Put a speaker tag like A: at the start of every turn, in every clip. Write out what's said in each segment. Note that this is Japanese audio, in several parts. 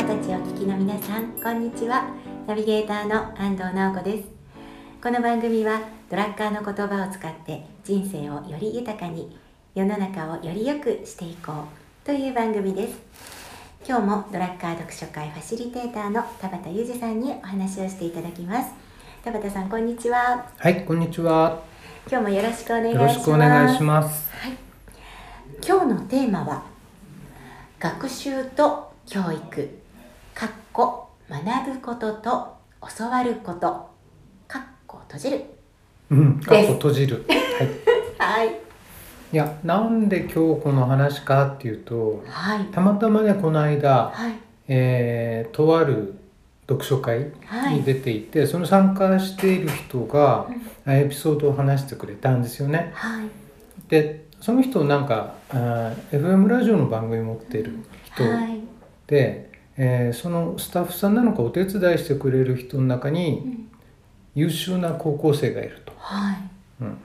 A: きの皆さんこんにちはナビゲーターの安藤直子ですこの番組はドラッカーの言葉を使って人生をより豊かに世の中をより良くしていこうという番組です今日もドラッカー読書会ファシリテーターの田畑裕二さんにお話をしていただきます田畑さんこんにちは
B: はい、こんにちは。
A: 今日もよろしくお願いし
B: よ
A: ま
B: ろ
A: す
B: しくお願いします。
A: はい、今日のテーマは「学習と教育」かっこ学ぶことと教わることかっこ閉じる
B: うん、
A: す
B: カッコ閉じる。はい。
A: はい
B: いや、なんで今日この話かっていうと、
A: はい
B: たまたまね、この間、
A: はい
B: えー、とある読書会
A: はい
B: に出ていて、その参加している人が
A: うん、
B: エピソードを話してくれたんですよね。
A: はい
B: で、その人なんか、あー FM ラジオの番組持ってる人
A: はい
B: で、えーそのスタッフさんなのかお手伝いしてくれる人の中に、
A: うん
B: 優秀な高校生がいると。
A: はい
B: うん、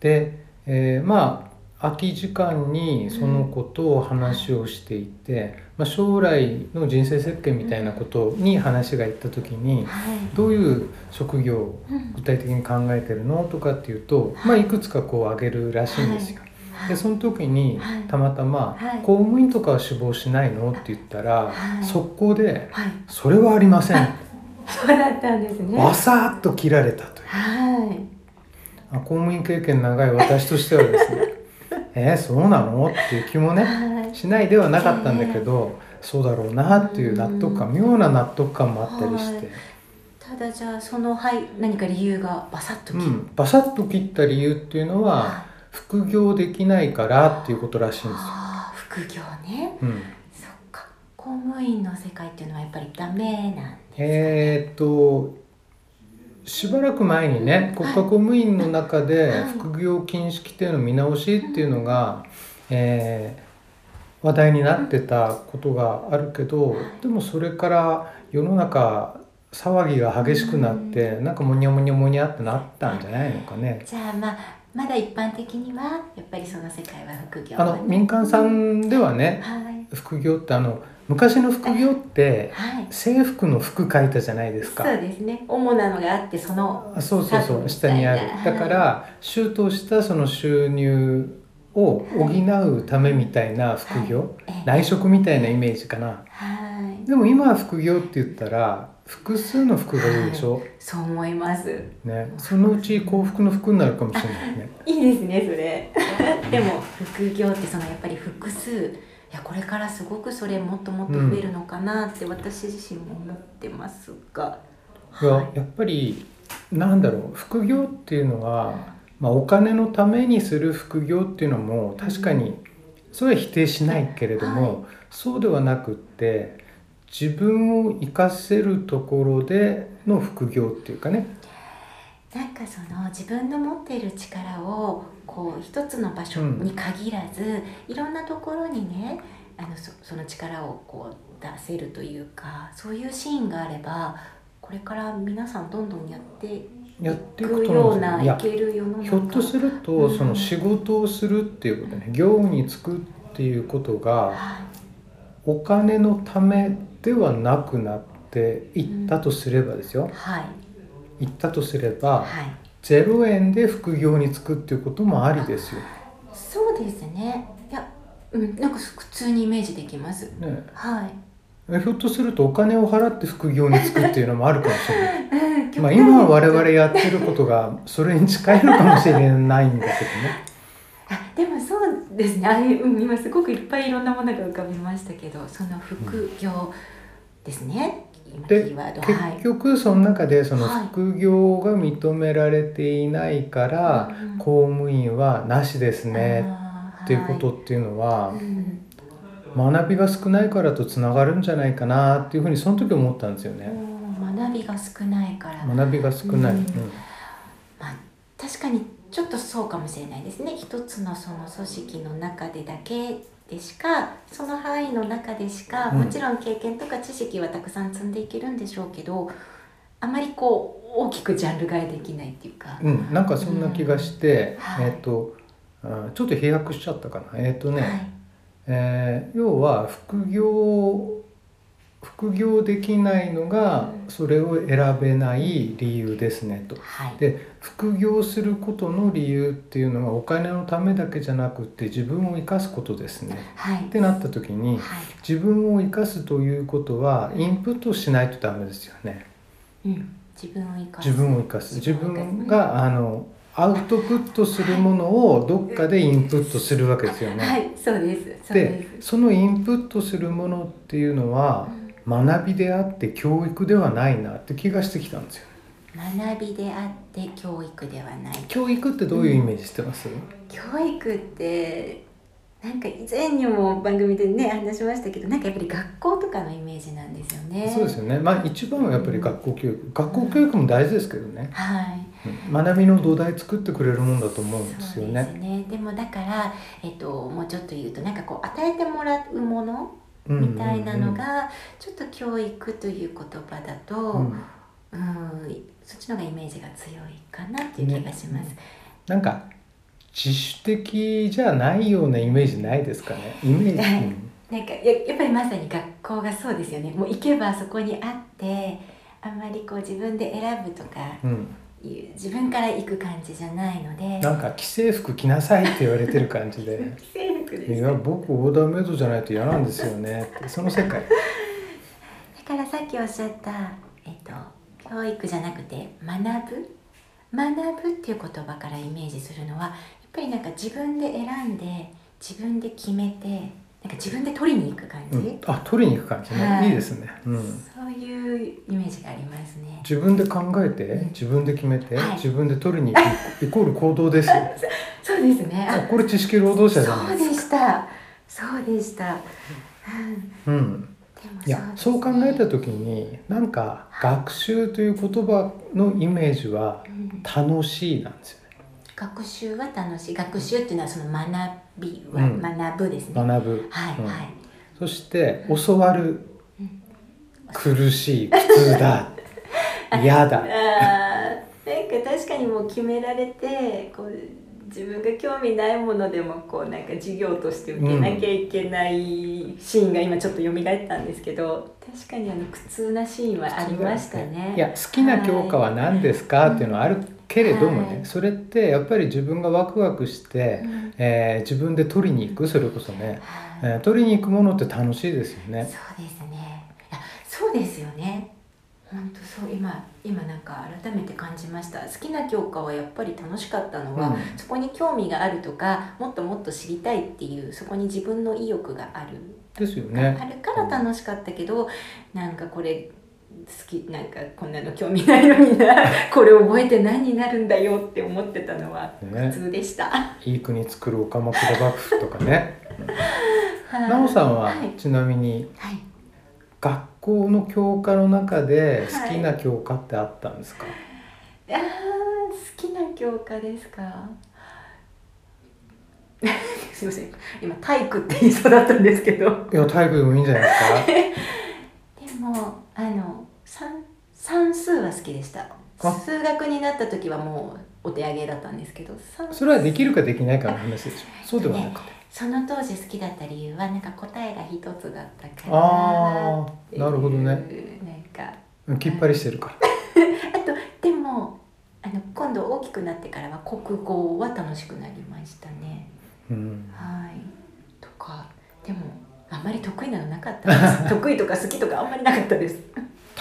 B: で、えーまあ空き時間にそのことを話をしていて、まあ、将来の人生設計みたいなことに話がいった時に
A: はい
B: どういう職業を
A: うん
B: 具体的に考えてるのとかっていうと、まあ、いくつかこう挙げるらしいんですよ。
A: は
B: で
A: い
B: その時に
A: はい
B: たまたま
A: はい
B: 「公務員とかは志望しないの?」って言ったら
A: はい
B: 速攻で
A: はい
B: 「それはありません」
A: そうだったんですね
B: バ
A: は
B: サッと切られたという。
A: い
B: あ公務員経験長い私としてはです ねえー、そうなのっていう気もね
A: はい
B: しないではなかったんだけど、そうだろうなっていう納得感、妙な納得感もあったりして、
A: ただじゃあそのはい何か理由がバサッと
B: う
A: 切る
B: ん、バサッと切った理由っていうのは副業できないからっていうことらしいんですよ。
A: ああ副業ね
B: うん、
A: そっか公務員の世界っていうのはやっぱりダメなんですかね。
B: えーっとしばらく前にね国家公務員の中で
A: はい
B: 副業禁止規定の見直しっていうのが、えー話題になってたことがあるけどでもそれから世の中騒ぎが激しくなってなんかモニャモニャモニャってなったんじゃないのかね。
A: じゃあまあまだ一般的にはやっぱりその世界は副業
B: あの民間さんではね
A: はい
B: 副業ってあの昔の副業って
A: はい
B: 制服の服書いたじゃないですか。
A: そうですね主なのがあってその
B: あそうそうそう
A: サ
B: 下
A: ブみ
B: に
A: た
B: あ
A: い
B: る
A: な
B: だから収としたその収入を補うためみたいな副業
A: ええ
B: 内職みたいなイメージかな
A: はい
B: でも今は副業って言ったら複数の服がいるでしょ、
A: そう思います
B: ね、そのうち幸福の服になるかもしれないね
A: いいですね それでも副業ってそのやっぱり複数いやこれからすごくそれもっともっと増えるのかなって私自身も思ってますが、
B: いややっぱりなんだろう副業っていうのは、まあ、お金のためにする副業っていうのも確かにそれは否定しないけれども、そうではなくって自分を生かせるところでの副業っていうかね、
A: なんかその自分の持っている力をこう一つの場所に限らず、いろんなところにねあのそその力をこう出せるというかそういうシーンがあればこれから皆さんどんどんやってい
B: やってい
A: く
B: くと思
A: よう
B: う
A: ん
B: です
A: な
B: よ。
A: い
B: いや
A: ける世の中
B: ひょっとする
A: う
B: と
A: ん
B: その仕事をするっていうことね業務に就くっていうことが
A: は
B: お金のためではなくなっていったとすればですよ
A: い、はい
B: いったとすれば
A: はい
B: 0円で副業に就くっていうこともありですよ。
A: そうですねいや、うん、なんか普通にイメージできます
B: ね
A: はい
B: え、ひょっとするとお金を払って副業に就くっていうのもあるかもし れない。
A: うん
B: まあ今我々やってることがそれに近いのかもしれないんだけどね。
A: あでもそうですねあれ、うん、今すごくいっぱいいろんなものが浮かびましたけどその副業ですね、今キ
B: で
A: ーワードはい
B: 結局その中でその
A: はい
B: 副業が認められていないから
A: うん
B: 公務員はなしですね
A: あー
B: っていうことっていうのは
A: はいうん
B: 学びが少ないからとつながるんじゃないかなっていうふうにその時思ったんですよね。
A: もう学びが少ないから、ま
B: 学びが少ない。
A: う
B: うんん
A: あ、確かにちょっとそうかもしれないですね一つのその組織の中でだけでしかその範囲の中でしか、
B: うん
A: もちろん経験とか知識はたくさん積んでいけるんでしょうけどあまりこう大きくジャンル替えできないっていうか、
B: うん、なんかそんな気がして、
A: はい
B: えっ、と、あちょっと飛躍しちゃったかな。えっ、とね、
A: はい
B: えー要は副業副業できないのが
A: うん
B: それを選べない理由ですねと。
A: はい
B: で副業することの理由っていうのはお金のためだけじゃなくって自分を生かすことですね。
A: はい
B: ってなった時
A: はい
B: に自分を生かすということはインプットしないとダメですよね。
A: うん、自分を生かす
B: 自分を生かす自分
A: を生か
B: があのアウトプットするものをどっかでインプットするわけですよ
A: す
B: ね。
A: はいそうですそう
B: で
A: です
B: そのインプットするものっていうのは
A: うん
B: 学びであって教育ではないなって気がしてきたんですよ。
A: 学びであって教育ではない
B: 教育ってどういうイメージしてます、
A: 教育ってなんか以前にも番組でね話しましたけどなんかやっぱり学校とかのイメージなんですよね
B: そうですよね。まあ一番はやっぱり学校教育。学校教育も大事ですけどね。
A: はい
B: うん学びの土台作ってくれるもんだと思うんですよ
A: そう
B: ね。
A: ですねでもだから、えっと、もうちょっと言うとなんかこう与えてもらうもの
B: うんうんうん
A: みたいなのが、ちょっと教育という言葉だと、
B: う
A: う
B: ん
A: んそっちの方がイメージが強いかなっていう気がします。
B: なんか自主的じゃないようなイメージないですかねイメージ、
A: はい
B: うん
A: なんかややっぱりまさに学校がそうですよね。もう行けばそこにあって、あんまりこう自分で選ぶとか
B: うん
A: いう自分から行く感じじゃないので、
B: なんか既製服着なさいって言われてる感じ で
A: 制服
B: い
A: です。
B: や
A: だ
B: 僕オーダーメイドじゃないと嫌なんですよねってその世 界
A: からさっきおっしゃったえっと教育じゃなくて学ぶ学ぶっていう言葉からイメージするのはやっぱりなんか自分で選んで自分で決めてなんか自分で取りに行く感じ。
B: うん、あ取りに行く感じね、
A: はい
B: い、いですね、うん、
A: そういうイメージがありますね。
B: 自分で考えて自分で決めて、
A: はい
B: 自分で取りに行 くイコール行動ですよ
A: そうですね。
B: あ
A: あ、
B: これ知識労働者じゃ
A: そ
B: ないうです
A: でした。そうでした。うん、
B: か、うん、
A: でも
B: いやそう考えた時になんか学習という言葉のイメージは
A: うん
B: 楽しいなんですよね
A: 学習は楽しい。学習っていうのはその学びは、
B: うん
A: 学ぶですね。はい
B: 学ぶうん
A: はい。
B: そして教わる
A: うん
B: 苦しい苦痛だ 嫌だ
A: あーなんか確かにもう決められてこう自分が興味ないものでもこうなんか授業として受けなきゃいけないシーンが今ちょっと蘇ったんですけど確かにあの苦痛なシーンはありましたね。
B: いや好きな教科は何ですか、
A: はい
B: っていうのはあるけれどもね、
A: はい
B: それってやっぱり自分がワクワクして、
A: うん
B: えー自分で取りに行くそれこそね、
A: はい
B: えー取りに行くものって楽しいですよね
A: そうですねいやそうですよね本当そう今今なんか改めて感じました好きな教科はやっぱり楽しかったのは、
B: うん
A: そこに興味があるとかもっともっと知りたいっていうそこに自分の意欲がある、
B: ですよ
A: あ
B: ね
A: るから楽しかったけどなんかこれ好きなんかこんなの興味ないのに なこれ覚えて何になるんだよって思ってたのは
B: ね
A: 普通でした。
B: いい国作る岡本幕府とかね
A: はい
B: なおさんは
A: はい
B: ちなみに
A: はい
B: 学校の教科の中で好きな教科ってあったんですか、
A: あー好きな教科ですか すいません今体育って言いそうだったんですけど
B: い、や体育でもいいんじゃないで
A: でもあの算算数は好きでした
B: あ
A: 数学になった時はもうお手上げだったんですけど算
B: すか
A: 数
B: それはできるかできないかの話でしょそうではなくて、
A: その当時好きだった理由はなんか答えが一つだったから
B: あ
A: ってい
B: あ
A: う
B: なるほどね
A: なんか
B: きっぱりしてるから
A: あとでもあの今度大きくなってからは国語は楽しくなりましたね
B: うん
A: はい。とか、でも、あんまり得意なのなかった です。得意とか好きとか、あんまりなかったです。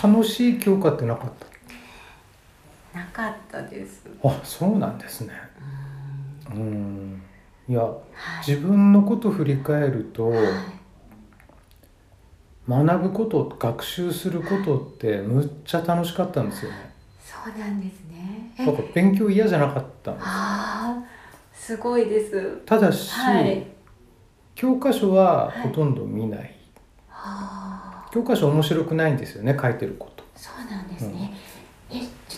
B: 楽しい教科ってなかっ
A: なかったです。
B: たあそうなんですね
A: は
B: うんいや
A: い。
B: 自分のこと振り返ると
A: はい
B: 学ぶこと学習することってむっちゃ楽しかったんですよね
A: そうなんですね。え
B: なんか勉強嫌じゃなかった
A: ああ。すごいです。
B: ただし、
A: はい。
B: 教科書はほとんど見ない、
A: ああ。
B: 教科書面白くないんですよね書いてること
A: そうなんですね。え、ちょ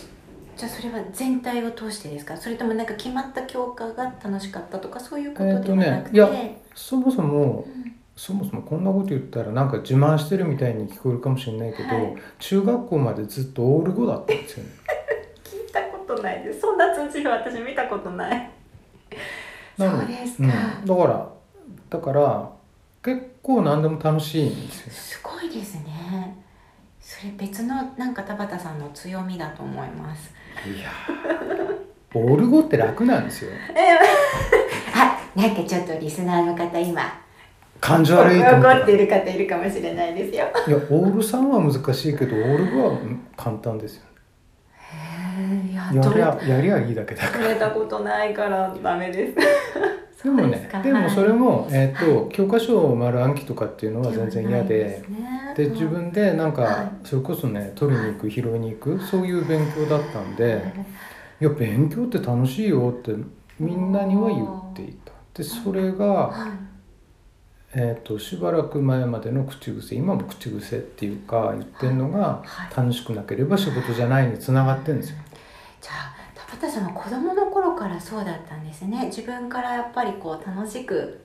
A: じゃあそれは全体を通してですかそれともなんか決まった教科が楽しかったとかそういうことではなくて、
B: えーとねそもそも
A: うん
B: そもそもこんなこと言ったらなんか自慢してるみたいに聞こえるかもしれないけど、
A: はい
B: 中学校までずっとオール5だったんですよね
A: 聞いたことないですそんな通知表私見たことない
B: なの
A: そうですか
B: うん、だからだから結構何でも楽しいんですよ
A: すごいですねそれ別のなんか田畑さんの強みだと思います
B: いやーオルゴって楽なんですよ
A: あなんかちょっとリスナーの方今
B: 感情悪いと思
A: 怒っ
B: って
A: てる方いるかもしれないですよ
B: いやオールさんは難しいけどオールゴはうん簡単ですよ
A: へえや
B: や
A: 取
B: り
A: れ
B: ゃやりゃいいだけだから
A: 取れたことないからダメです
B: でも
A: そうです
B: ね
A: か
B: でもそれも、えっと
A: は
B: 教科書を丸暗記とかっていうのは全然嫌で。
A: すね
B: で自分でな
A: はい
B: んかそれこそね取りに行く拾いに行くそういう勉強だったん
A: うん
B: でいや勉強って楽しいよってみんなには言っていたでそれが、
A: はい
B: えー、としばらく前までの口癖今も口癖っていうか言ってるのが
A: はい
B: 楽しくなければ仕事じゃないにつながってるんですよ。
A: じゃあ田畑さんは子供の頃からそうだったんですね自分からやっぱりこう楽しく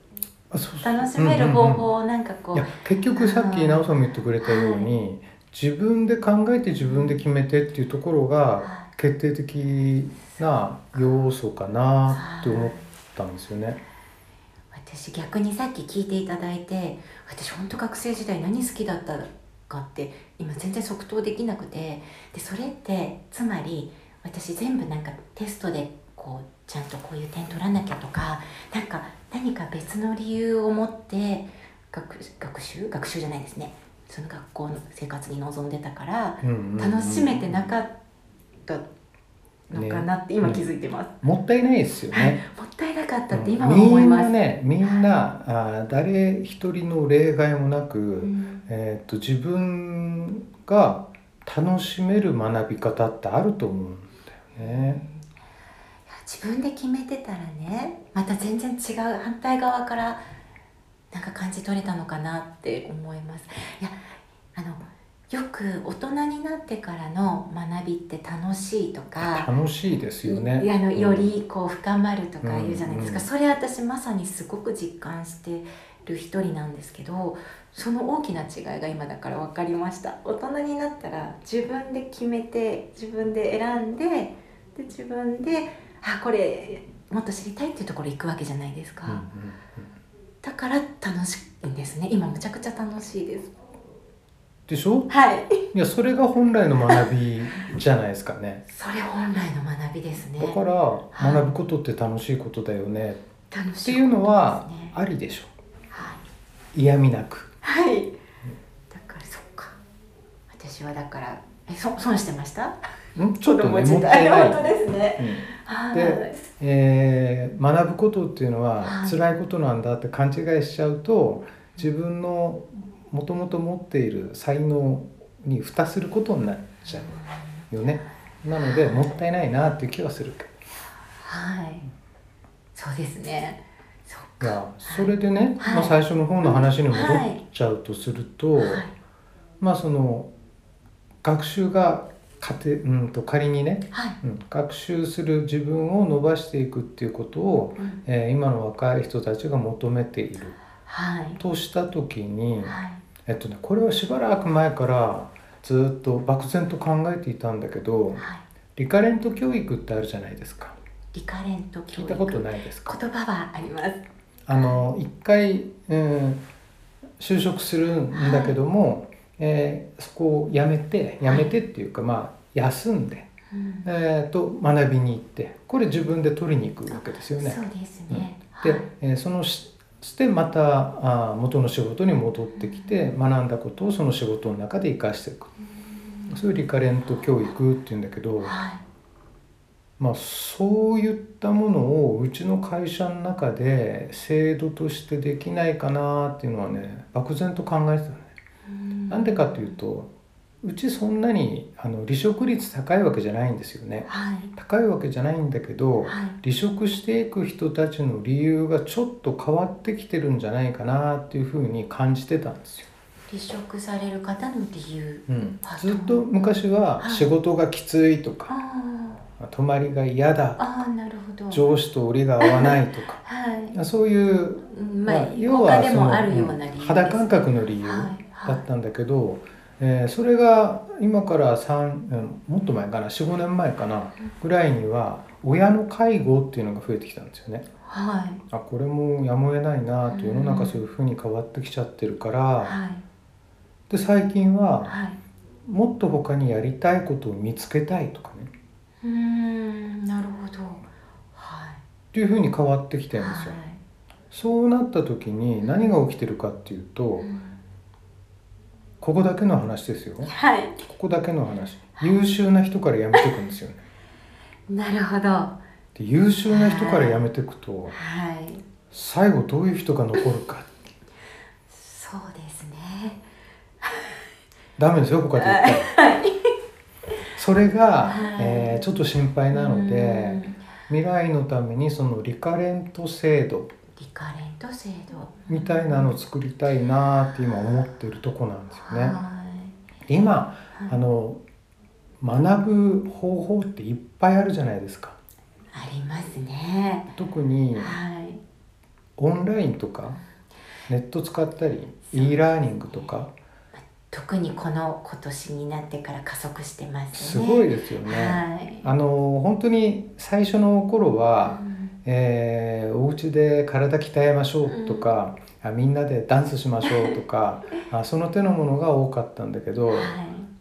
B: あそうそう
A: 楽しめる方法をなんか
B: う
A: こ
B: ん
A: う,、
B: うんうんいや結局さっき奈緒さんも言ってくれたように自分で考えて自分で決めてっていうところが
A: は
B: 決定的な要素かなって思ったんですよね。
A: 私逆にさっき聞いていただいて私本当学生時代何好きだったかって今全然即答できなくてでそれってつまり私全部なんかテストでこうちゃんとこういう点取らなきゃとかなんか何か別の理由を持って学学習学習じゃないですねその学校の生活に臨んでたから
B: うんうんうん
A: 楽しめてなかったのかなって今気づいてます。
B: もったいないですよね。
A: もったいなかったって
B: み
A: 今は思い
B: ん
A: ま
B: な
A: す。
B: ねみんなあー誰一人の例外もなく、
A: うん
B: えーっと自分が楽しめる学び方ってあると思うんだよね。
A: 自分で決めてたらねまた全然違う反対側からなんか感じ取れたのかなって思いますいやあのよく大人になってからの学びって楽しいとか
B: 楽しいですよね。
A: いやあの
B: うん
A: よりこう深まるとか言うじゃないですか、
B: うんうん
A: それ私まさにすごく実感してる一人なんですけどその大きな違いが今だから分かりました大人になったら自分で決めて自分で選んでで自分であこれもっと知りたいっていうところ行くわけじゃないですか、
B: うんうんうん
A: だから楽しいんですね今むちゃくちゃ楽しいです
B: でしょ
A: はい
B: いやそれが本来の学びじゃないですかね。
A: それ本来の学びですね
B: だから学ぶことって楽しいことだよね
A: 楽
B: っ
A: してい
B: いうの
A: こ
B: は
A: とですね
B: ありでしょ
A: はい
B: 嫌味なく
A: はい。だからそっか。私はだからえそ損してました。
B: んちょっとねもっ
A: 時
B: たい
A: 代
B: ない、
A: 本当ですね。
B: うん
A: はい。
B: でえー学ぶことっていうのは
A: はい
B: 辛いことなんだって勘違いしちゃうと自分のもともと持っている才能に蓋することになっちゃうよねなのでもったいないなっていう気はするけど
A: はい。そうですね。そっ
B: い
A: か。
B: やそれでね、
A: はい
B: まあ、最初の方の話に戻っちゃうとすると、
A: はい。
B: まあその学習が家庭うんと仮にね、
A: はい。
B: うん、学習する自分を伸ばしていくっていうことを、
A: うん
B: えー今の若い人たちが求めている
A: はい。
B: とした時に、
A: はい。
B: えっとね、これはしばらく前からずっと漠然と考えていたんだけど
A: はい。
B: リカレント教育ってあるじゃないですか
A: リカレント教育。
B: 聞いたことないですか
A: 言葉はあります。
B: あの一回、うん、就職するんだけども、えーそこを辞めて辞めてっていうか、まあ休んで、
A: うん
B: えーと学びに行ってこれ自分で取りに行くわけですよね
A: そう。ですね。
B: で
A: はい、
B: えーそのししてまたあー元の仕事に戻ってきて学んだことをその仕事の中で生かしていく
A: うん
B: そういうリカレント教育っていうんだけど、
A: はい。
B: まあ、そういったものをうちの会社の中で制度としてできないかなっていうのはね漠然と考えてたね。
A: うん
B: なんでかっていう。とうちそんなにあの離職率高いわけじゃないんですよね。
A: はい。
B: 高いわけじゃないんだけど、
A: はい。
B: 離職していく人たちの理由がちょっと変わってきてるんじゃないかなっていうふうに感じてたんですよ。
A: 離職される方の理由。
B: うん
A: あ、
B: ずっと昔は
A: はい
B: 仕事がきついとか、
A: あ
B: 泊まりが嫌
A: あ。
B: だ
A: ああ、なるほど。
B: 上司と折りが合わないとか
A: はい。
B: そういう、
A: うんまあ、
B: まあ
A: 要は他で
B: その
A: もあるような理由です、
B: うん肌感覚の理由
A: はい
B: だったんだけど、えーそれが今から3、うんもっと前かな45年前かなぐらいには親の介護っていうのが増えてきたんですよね
A: はい
B: あこれもやむを得ないなと世の中そういう風に変わってきちゃってるから
A: はい
B: で最近は
A: はい
B: もっと他にやりたいことを見つけたいとかね
A: うーんなるほどはい
B: っていう風に変わってきてるんですよ
A: はい
B: そうなった時に何が起きてるかっていうと
A: うん
B: ここだけの話ですよ
A: はい
B: ここだけの話優秀な人から辞めていくんですよね
A: なるほどは
B: で優秀な人から辞めていくと
A: い
B: 最後どういう人が残るか
A: そうですね
B: ダメですよ他で言ったら、それが、
A: はい
B: えーちょっと心配なの
A: う
B: で
A: ん
B: 未来のためにそのリカレント制度
A: リカレント制度
B: みたいなのを作りたいなーって今思ってるとこなんですよね。
A: はい
B: 今
A: はい
B: あの学ぶ方法っていっぱいあるじゃないですか。
A: ありますね
B: 特に
A: はい
B: オンラインとかネット使ったり e ラーニングとか
A: 特にこの今年になってから加速してます
B: す
A: ね
B: ごいですよね。
A: はい
B: あの本当に最初の頃は
A: うん
B: えー、お家で体鍛えましょうとか、あみんなでダンスしましょう とかあその手のものが多かったんだけど
A: はい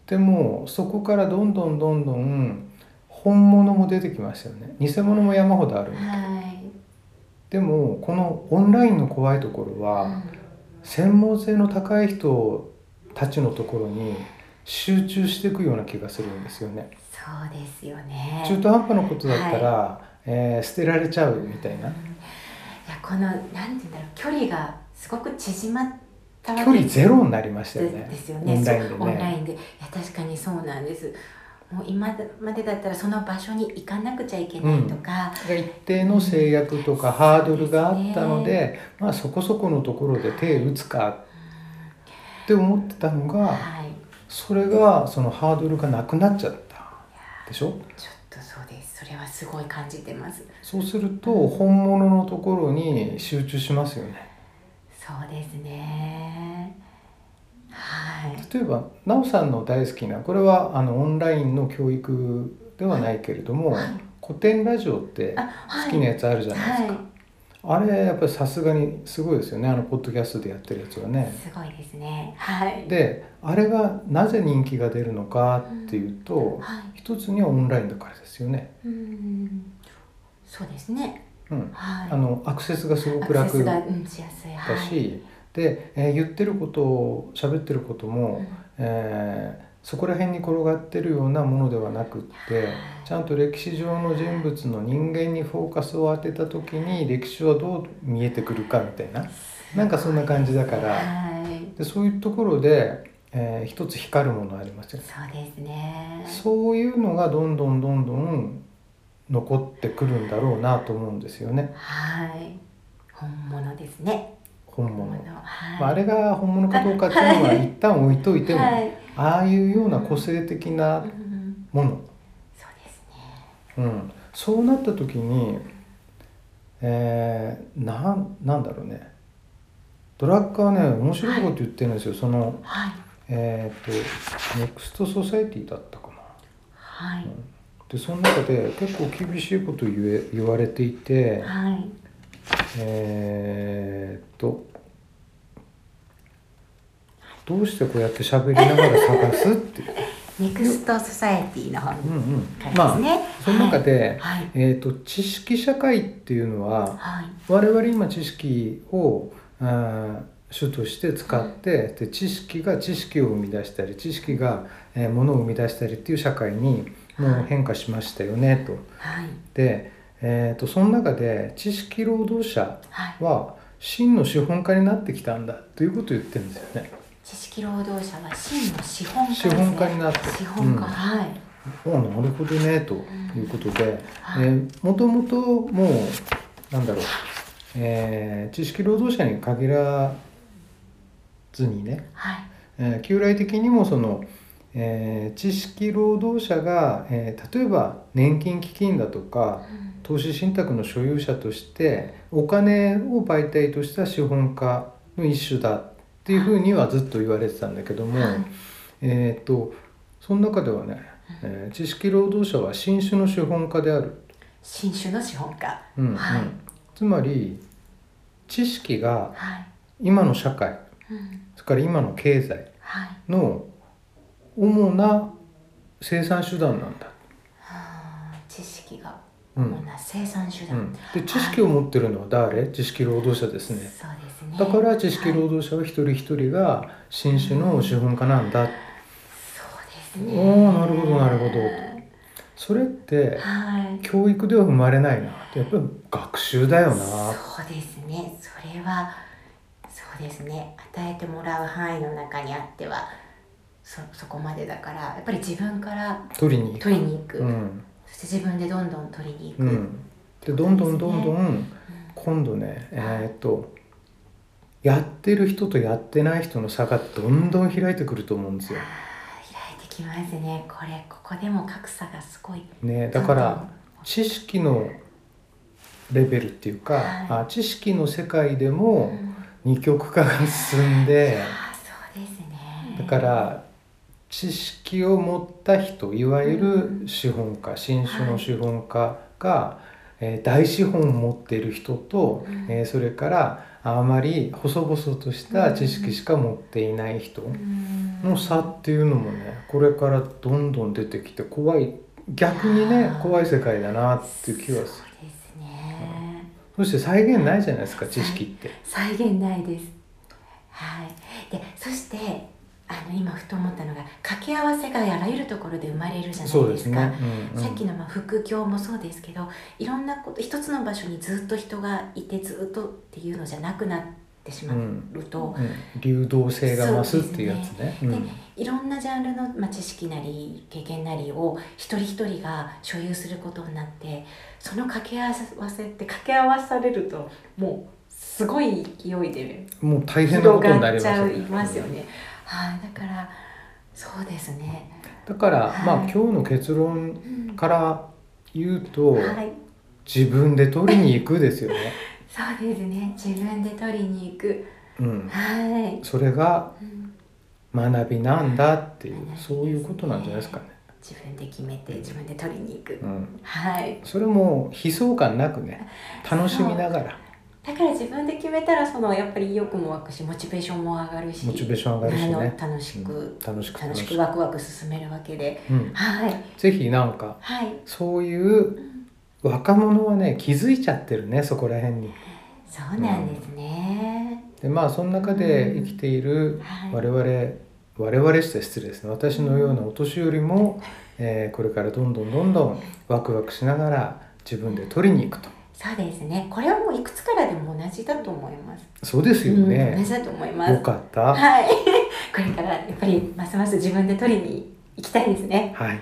B: でもそこからどんどんどんどん本物も出てきましたよね偽物も山ほどある
A: はい
B: でもこのオンラインの怖いところは専門性の高い人たちのところに集中していくような気がするんですよね
A: そうですよね
B: 中途半端なことだったら、えー捨てられちゃうみたいな
A: や
B: い
A: このなんて言うんだろう距離がすごく縮まった
B: 距離ゼロになりましたよね
A: ですよね
B: オンラインでね
A: そうオンラインでいや確かにそうなんですもう今までだったらその場所に行かなくちゃいけないとか、
B: 一定の制約とかハードルがあったので
A: そう
B: まあ、そこそこのところで手打つかって思ってたのが
A: はい
B: それがそのハードルがなくなっちゃったでし
A: ち
B: ょ
A: ょっとそうですそれはすごい感じてます
B: そうすると本物のところに集中しますよね
A: そうですねはい
B: 例えば奈緒さんの大好きなこれはあのオンラインの教育ではないけれども、
A: はい
B: 古典ラジオって
A: あはい
B: 好きなやつあるじゃないですか、あれやっぱりさすがにすごいですよねあのポッドキャストでやってるやつはね。
A: はい、すごいですねはい
B: であれがなぜ人気が出るのかっていうと、
A: はい
B: 一つにはオンラインだからですよね、
A: うんそうですね
B: うん、
A: はい
B: あのアクセスがすご
A: ア
B: く
A: クセ
B: 楽
A: スが
B: だ
A: うんしやすいはい
B: し、で、えー言ってることを喋ってることも、
A: うん
B: えーそこら辺に転がってるようなものではなくってちゃんと歴史上の人物の人間にフォーカスを当てた時に歴史はどう見えてくるかみたいななんかそんな感じだから
A: はい
B: でそういうところで、えー一つ光るものありますよね。
A: そうですね
B: そういうのがどんどんどんどん残ってくるんだろうなと思うんですよね
A: はい本物ですね
B: 本物。
A: はい
B: まあ、あれが本物かどうかっていうのは一旦置いといても、
A: はい
B: ああいうような個性的な
A: うんうん
B: もの、
A: そうですね
B: うん、そうなった時に、えー、なんなんだろうねドラッカーはね面白いこと言ってるんですよ、その
A: はい
B: えっ、とネクストソサエティだったかな。
A: はい
B: でその中で結構厳しいことを言え言われていて、
A: はい
B: えーっとどうしてこうやって喋りながら探すって いう、
A: ネクストソサエティの方
B: うんうん
A: からです
B: まあ
A: ね
B: その中で、
A: はい
B: えーっと知識社会っていうのは
A: はい
B: 我々今知識をあー主として使ってで知識が知識を生み出したり知識が、えー、ものを生み出したりっていう社会にもう変化しましたよねと。
A: はい
B: で、えー、とその中で知識労働者
A: はい
B: は真の資本家になってきたんだということを言ってるんですよね。
A: 知識労働者は真の資本家です
B: 資
A: ね
B: 本家になって
A: 資本家
B: うん
A: はい
B: おなるほどねということで、
A: はい
B: えーもともともうなんだろう、えー知識労働者に限らずにね、
A: はい
B: えー旧来的にもその、えー知識労働者が、えー例えば年金基金だとか
A: うん
B: 投資信託の所有者としてお金を媒体とした資本家の一種だっていうふうにはずっと言われてたんだけども、
A: はい
B: えーっとその中ではね、えー知識労働者は新種の資本家である、
A: 新種の資本家、
B: うんうん
A: はい
B: つまり知識が
A: はい、
B: 今の社会
A: うん、
B: それから今の経済
A: はい、
B: の主な生産手段なんだ、
A: はあ知識が
B: う
A: 主
B: ん
A: な生産手
B: う
A: 段、
B: ん、で知識を持ってるのは誰知識労働者です
A: そう
B: ね
A: ですね
B: だから知識労働者は一人一人が新種の資本家なんだ
A: そうですね
B: おーなるほどなるほそれって
A: はい
B: 教育では生まれないなやっぱり学習だよな
A: そうですねそれはそうですね与えてもらう範囲の中にあってはそそこまでだからやっぱり自分から
B: 取りに行く
A: 取りに行く、
B: うん
A: そして自分でどんどん取りに行く、
B: う
A: うん
B: んでどんどんどんどん今度ねえーっとやってる人とやってない人の差がどんどん開いてくると思うんですよ、
A: 開いてきますねこれここでも格差がすごい
B: ね、だから知識のレベルっていうか、
A: はい
B: あ知識の世界で
A: う
B: も
A: ん
B: 二極化が進んで
A: あそうですね
B: だから知識を持った人いわゆる資本家新種の資本家が、えー大資本を持っている人と、
A: うん
B: えーそれからあまり細々とした知識しか持っていない人
A: うん
B: の差っていうのもねこれからどんどん出てきて怖い逆にね
A: あー
B: 怖い世界だなっていう気はす
A: そ
B: る
A: うですね、
B: そして再現ないじゃないですか知識って。
A: 再現ないですはいでそしてあの今ふと思ったのが掛け合わせがあらゆるところで生まれるじゃな
B: そ
A: いうで
B: ですす
A: か
B: ね、うんうん
A: さっきのまあ副業もそうですけどいろんなこと一つの場所にずっと人がいてずっとっていうのじゃなくなってしまうと、
B: うん流動性が増すっていうやつね。う
A: で
B: ん
A: いろんなジャンルの、まあ、知識なり経験なりを一人一人が所有することになってその掛け合わせって掛け合わされるともうすごい勢いで
B: もう大変な
A: 広
B: ことにな
A: が
B: り
A: っ
B: ま
A: ち
B: す
A: ゃ
B: よ
A: い
B: ね。
A: ますよね。はい、だからそうですね。
B: だから、まあ
A: はい
B: 今日の結論
A: うん
B: から言うと、
A: はい、
B: 自分で取りに行くですよね。
A: そうですね。自分で取りに行く。
B: うん、
A: はい。
B: それが
A: うん
B: 学びなんだっていう
A: 学びですね
B: そういうことなんじゃないですかね。
A: 自分で決めて自分で取りに行く
B: う。ん、
A: はい。
B: それも悲壮感なくね楽しみながら
A: だから自分で決めたらそのやっぱり意欲も湧くしモチベーションも上がるし、
B: モチベーション上がるしね
A: あの楽しく、
B: 楽しく
A: 楽しくワクワク進めるわけで、
B: うん、
A: はい
B: ぜひなんか
A: はい。
B: そういう若者はね気づいちゃってるねそこら辺に。
A: そうなんですね。
B: でまあその中で生きている
A: はい
B: 我々、我々して失礼ですね私のようなお年寄りも、えーこれからどんどんどんどんワクワクしながら自分で取りに行くと
A: そうですね。これはもういくつからでも同じだと思います。
B: そうですよ
A: うん、同
B: ね、
A: じだと思います。
B: よかったは
A: はい。 これからやっぱりますます自分で取りに行きたいですね。
B: い
A: はい。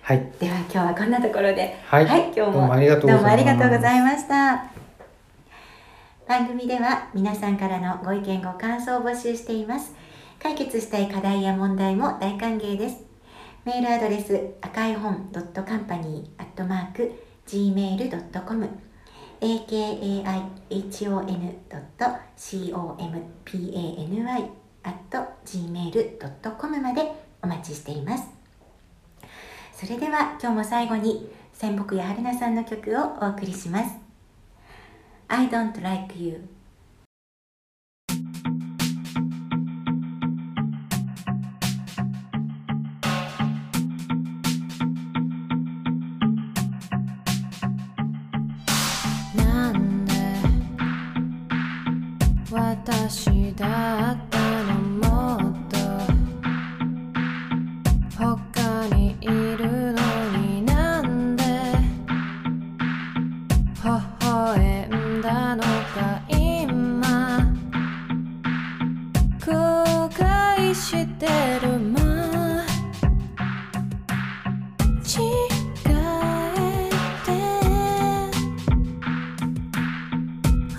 B: はい
A: では今日はこんなところで。
B: はい、
A: 今日も
B: どうもありがとうご
A: ど
B: ざいます
A: うもありがとうございました。番組では皆さんからのご意見ご感想を募集しています。解決したい課題や問題も大歓迎です。メールアドレス赤い本ドットカンパニーアットマーク gmail ドットコム a k a i h o n ドット c o m p a n y アット gmail ドットコムまでお待ちしています。それでは今日も最後に仙北や春菜さんの曲をお送りします I don't like you
C: なんで私だったらもっと他にいるのになんで微笑んだのか今後悔してる間違えて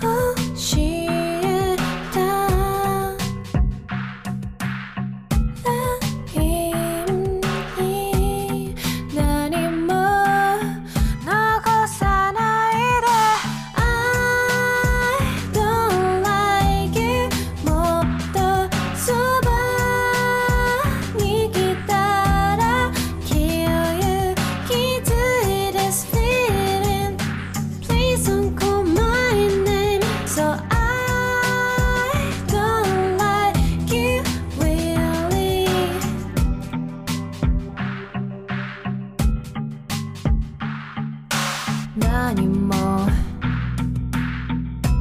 C: 「教えた LINE で何も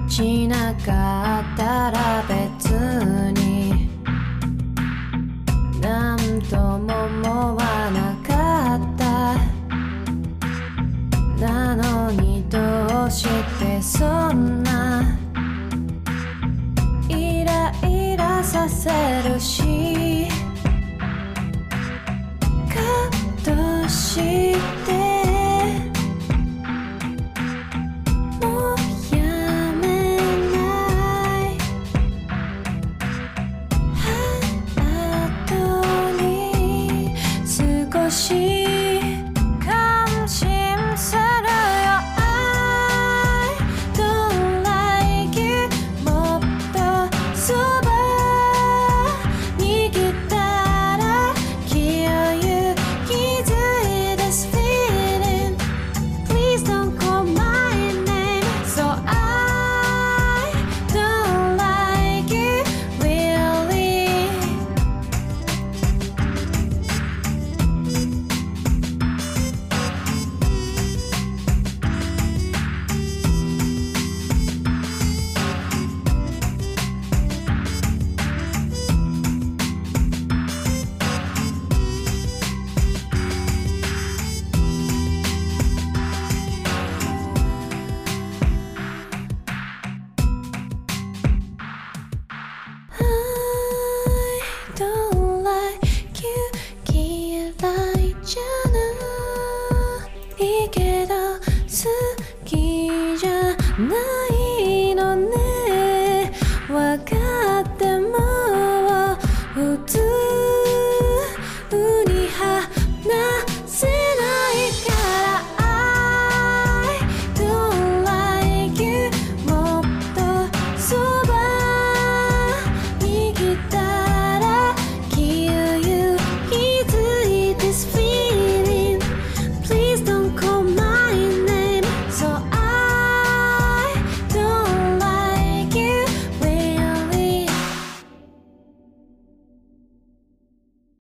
C: しなかったら別に何とも思わなかったなのにどうしてそんなイライラさせるしカットしてもうやめないハートに少し感心するよ愛どんな息もっとそばに来たら気をゆ気づいた s feeling Please don't call my name So I don't like it really どんらい嫌いじゃないけど好きじゃない